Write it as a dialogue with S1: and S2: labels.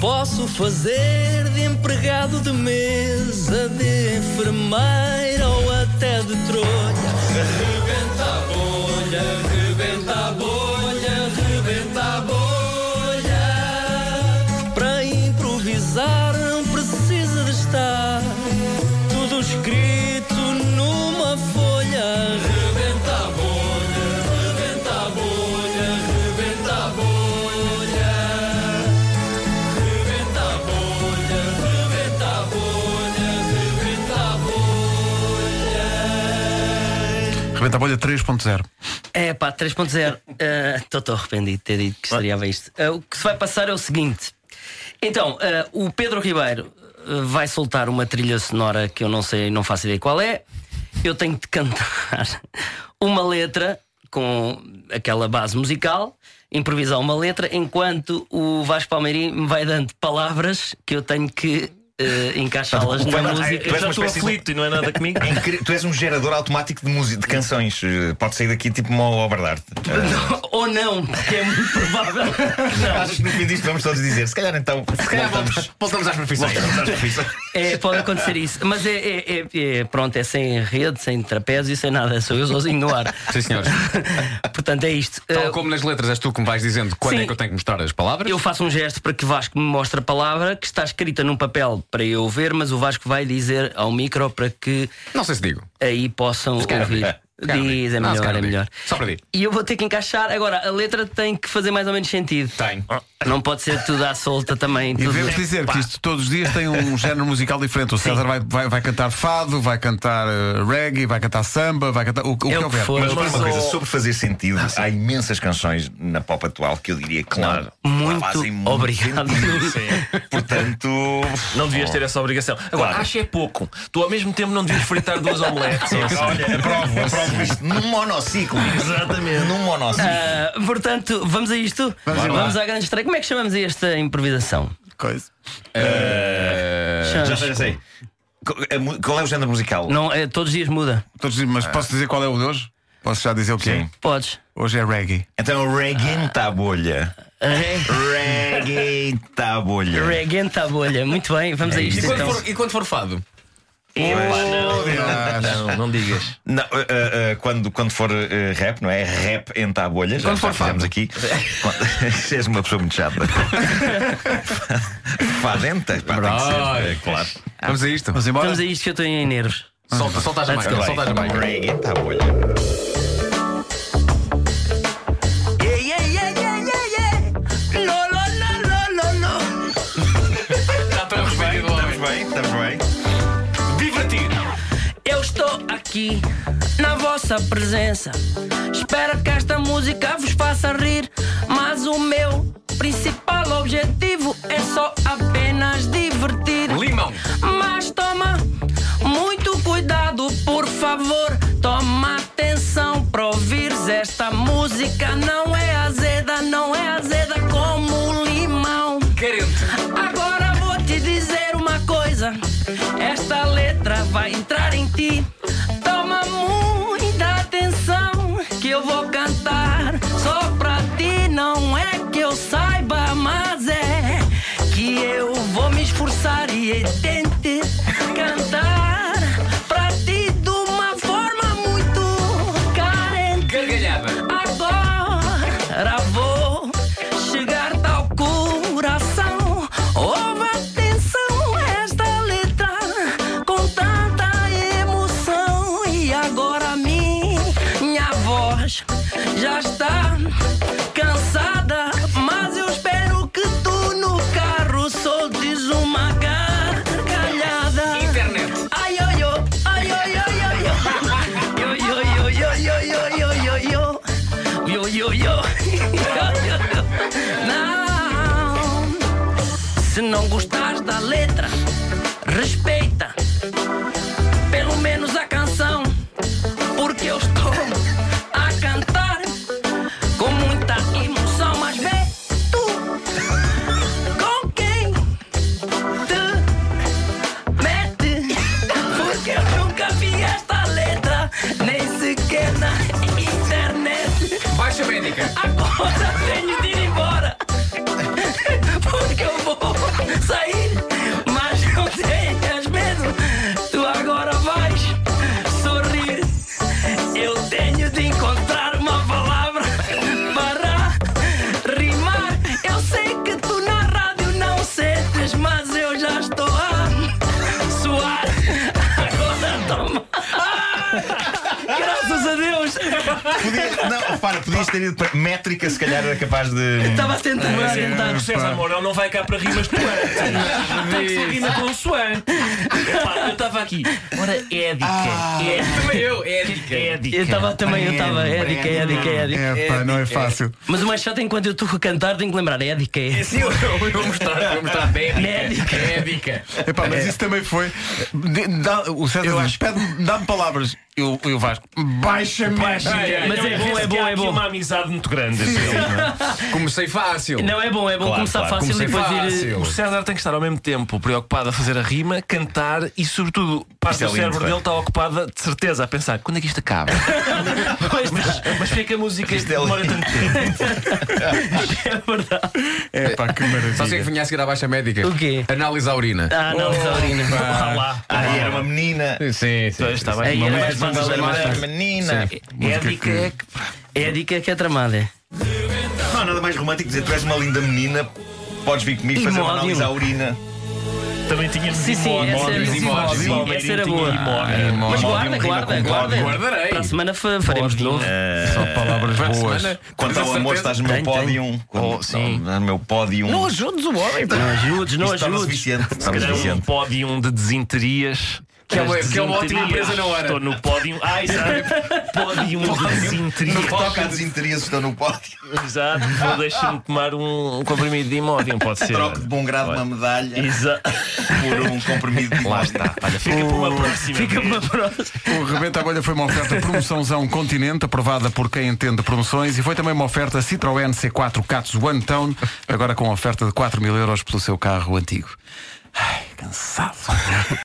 S1: Posso fazer de empregado de mesa, de enfermeira ou até de trolha. Rebenta a bolha, rebenta a bolha, rebenta a bolha. Para improvisar não precisa de estar tudo escrito numa folha. Rebenta a bolha, rebenta a bolha, rebenta a bolha. Rebenta a bolha, rebenta a bolha, rebenta a bolha.
S2: Rebenta a bolha 3.0.
S3: É pá, 3.0. Estou tão Eh, arrependido de ter dito que estaria isto. Ah, o que se vai passar é o seguinte. Então, ah, o Pedro Ribeiro ah, vai soltar uma trilha sonora que eu não sei, não faço ideia qual é. Eu tenho de cantar uma letra com aquela base musical, improvisar uma letra, enquanto o Vasco Palmeirim me vai dando palavras que eu tenho que ah, encaixá-las na música.
S4: Tu és uma espécie de-
S5: e não é nada comigo.
S4: É incrível. Tu és um gerador automático de, música, de canções. Eh, Pode sair daqui tipo uma obra de arte. Eh,
S3: Ou não, porque é muito provável. que não.
S4: Achas que Eh, no fim disto vamos todos dizer? Se calhar então. Se calhar voltamos,
S2: Voltamos às profissões.
S4: voltamos às profissões.
S3: É, pode acontecer isso. Mas é, é- é- é- pronto, é sem rede, sem trapézio e sem nada. Sou eu sozinho no ar.
S5: Sim, senhores.
S3: Portanto, é isto.
S5: Tal
S3: Uh,
S5: como nas letras és tu que me vais dizendo quando
S3: Sim.
S5: é que eu tenho que mostrar as palavras.
S3: Eu faço um gesto para que Vasco me mostre a palavra que está escrita num papel para eu ver, mas o Vasco vai dizer ao micro para que
S5: Não sei se digo.
S3: aí possam
S5: calhar
S3: ouvir.
S5: não digo. Se calhar não
S3: Diz,
S5: digo.
S3: é
S5: Não, se
S3: melhor,
S5: calhar
S3: é
S5: não digo.
S3: melhor.
S5: Só para ti.
S3: E eu vou ter que encaixar. Agora, a letra tem que fazer mais ou menos sentido.
S4: Tenho.
S5: Ah.
S3: Não pode ser tudo à solta também.
S2: E
S3: tudo-
S2: devemos dizer que isto todos os dias tem um género musical diferente. O César vai, vai, vai cantar fado, vai cantar eh, reggae, vai cantar samba, vai cantar o, o que
S3: o que
S2: houver.
S3: for.
S4: Mas
S3: Mas
S4: repara uma
S3: o-
S4: coisa, sobre fazer sentido, há imensas canções na pop atual que eu diria que claro,
S3: Muito
S4: fazem muito
S3: obrigado.
S4: sentido. Portanto,
S6: Não devias ter essa obrigação. Agora,
S4: Claro.
S6: acho que é pouco. Tu ao mesmo tempo não devias fritar duas omeletes. ou assim.
S4: olha, aprovo, aprovo isto num monociclo. Exatamente. Num monociclo.
S3: Ah, portanto, vamos a isto. Vamos,
S2: embora.
S3: à grande estreia. Como é que chamamos a esta improvisação?
S2: Coisa.
S5: É,
S3: Chamamos-
S4: já sei, já sei. Qual- a mu- Qual é o género musical?
S3: Ah, Não, é, todos os dias muda.
S2: Todos dizem, mas posso dizer qual é o de hoje? Posso já dizer o que é?
S4: Sim.
S3: Podes.
S2: Hoje é reggae.
S4: Então, reguenta a bolha.
S3: Re-
S4: Reguenta a bolha.
S3: Reguenta a bolha. Muito bem, vamos a isto
S5: E quando,
S3: então.
S5: for, e quando for fado?
S6: Não, não digas.
S4: Não, uh, uh, uh, quando, quando for uh, rap, não é? Rap entra a bolha, já,
S5: Quando
S4: já
S5: for
S4: fizemos
S5: fado.
S4: aqui. Quando- És uma pessoa muito chata. Fadenta, pá, tem que ser, é, claro.
S5: Vamos a isto.
S2: Vamos embora?
S3: Ah. Vamos a isto que eu estou em nervos.
S5: Solta, solta a
S3: Let's
S5: Jamaica.
S3: go.
S5: Solta a Jamaica.
S4: então, Reggae entra a bolha.
S1: Yeah, yeah, yeah, yeah, yeah, yeah. No, no, no, no, no, no.
S5: Já estamos bem,
S4: Estamos bem, estamos bem.
S3: Eu estou aqui na vossa presença. Espero que esta música vos faça rir. Mas o meu principal objetivo é só apenas divertir.
S5: Limão.
S3: Mas toma muito cuidado, por favor. Toma atenção para ouvires esta música. Não é azeda, não é azeda como um limão.
S5: Carente.
S3: Agora vou te dizer uma coisa: esta letra vai entrar em ti. Toma muita atenção, que eu vou cantar só pra ti. Não é que eu saiba, mas é que eu vou me esforçar e tente cantar pra ti de uma forma muito carente.
S5: Gargalhada.
S3: Agora vou chegar ao coração. Ouve atenção esta letra com tanta emoção. E agora minha voz já está cansada. Mas eu espero que tu no carro soltes uma gargalhada.
S5: Internet.
S3: Ai, ai, oh, ai, ai, ai, ai, oh. Yo, yo, yo, yo, yo, yo, yo, yo, yo. Yo, yo, yo. Yo, yo, yo. Não. Se não gostares da letra, respeita pelo menos a canção, porque eu estou a cantar com muita emoção, mas vê tu com quem te mete Porque eu nunca vi esta letra Nem sequer na internet
S5: Baixa médica.
S3: Agora tenho de ir embora Porque eu vou Ah!
S4: Podia- não, repara, podias ter ido para métrica, se calhar era capaz de.
S3: Estava a tentar, a tentar.
S6: O César Mourão não vai cá para rimas poantes. Tem que ser rima consoante. Epá, eu estava aqui. Ora,
S3: é
S6: édica. édica.
S5: Também eu, é ética.
S6: Édica.
S3: Ah, Eu estava também, eu É estava. Édica, édica, édica.
S2: É, pá, não é fácil.
S3: Mas o mais chato é enquanto eu estou a cantar, tenho que lembrar. Édica, é.
S5: Sim, eu, eu vou mostrar, vou mostrar. Médica.
S6: É
S5: Médica.
S2: Epá, mas isso também foi. de- dá- o César
S6: Eu
S2: diz, pede-me, dá-me palavras. Eu, eu Vasco, baixa-me.
S6: Ai, ai,
S3: Mas
S6: não,
S3: é bom,
S6: vê-se
S3: é
S6: que
S3: bom,
S6: há
S3: é
S6: aqui
S3: bom.
S6: uma amizade muito grande.
S5: Comecei fácil.
S3: Não é bom, é bom
S4: Claro,
S3: começar
S4: claro,
S3: fácil e
S5: comecei
S3: depois ir.
S5: fácil.
S6: O César tem que estar ao mesmo tempo preocupado a fazer a rima, cantar e, sobretudo, parte
S4: Isto é
S6: do
S4: lindo,
S6: cérebro
S4: pá.
S6: dele está ocupada, de certeza, a pensar quando é que isto acaba. mas,
S3: tá,
S6: mas fica a música
S4: é
S6: demora
S4: lindo.
S6: tanto tempo.
S3: É verdade.
S2: É pá, que
S5: Só sei que
S2: maravilha.
S5: vinha a seguir à baixa médica.
S3: O quê?
S5: Análise à urina.
S3: Ah, não, Saurina.
S6: Vá lá.
S4: Ah, e era uma menina.
S5: Sim, sim.
S6: Pois, Está
S3: Aí
S6: bem.
S3: era
S4: Mas
S3: mais
S4: vamos
S3: fácil.
S4: ver,
S3: era mais
S4: era
S3: fácil.
S4: menina.
S6: Édica é que.
S3: Édica que é tramada.
S4: Não há nada mais romântico dizer tu és uma linda menina, podes vir comigo fazer uma
S3: Imóvel.
S4: análise à urina.
S6: Também tínhamos
S3: Sim, sim,
S6: imóveis,
S3: essa é era
S6: imóveis,
S5: imóveis,
S6: imóveis,
S3: essa era
S6: tinha
S3: boa.
S6: imóveis.
S3: Mas guarda,
S4: rima
S3: guarda,
S4: com
S3: guarda.
S5: Guardarei.
S3: Para a semana fa- faremos de novo.
S2: Só palavras
S5: Para a
S2: boas.
S5: semana,
S4: Quanto
S5: tens
S4: ao
S5: a
S4: amor, estás
S5: certeza?
S4: no meu
S3: Tem, Oh, tem.
S4: pódio. Quando-
S6: sim.
S4: Não, No meu pódio.
S5: Não ajudes o homem.
S3: Não ajudes, não
S4: Isto torna-se
S3: ajudes. é
S4: viciante. Torna-se
S6: Era um
S4: viciante.
S6: pódium de desinterias.
S5: Que é uma-
S6: As
S5: que é uma ótima
S6: desinterias.
S5: empresa na hora.
S6: Estou no pódium. Ah, exato. pódium um de
S4: No
S6: desinterias.
S4: que toca a desinteresse, estou no pódio.
S6: Exato. Vou deixar-me tomar um, um comprimido de imóvel, pode
S3: É.
S6: ser.
S4: Troco de bom grado uma medalha
S6: Exato.
S4: por um comprimido de
S6: Lá
S4: imagem.
S6: está.
S3: tá
S6: Olha, fica para uma próxima.
S3: Fica
S6: vez.
S3: uma próxima.
S2: O Rebenta a Bolha foi uma oferta promoçãozão Continente, aprovada por quem entende promoções, e foi também uma oferta Citroën C4 Catos One Town, agora com oferta de 4 mil euros pelo seu carro antigo. Ai, cansado.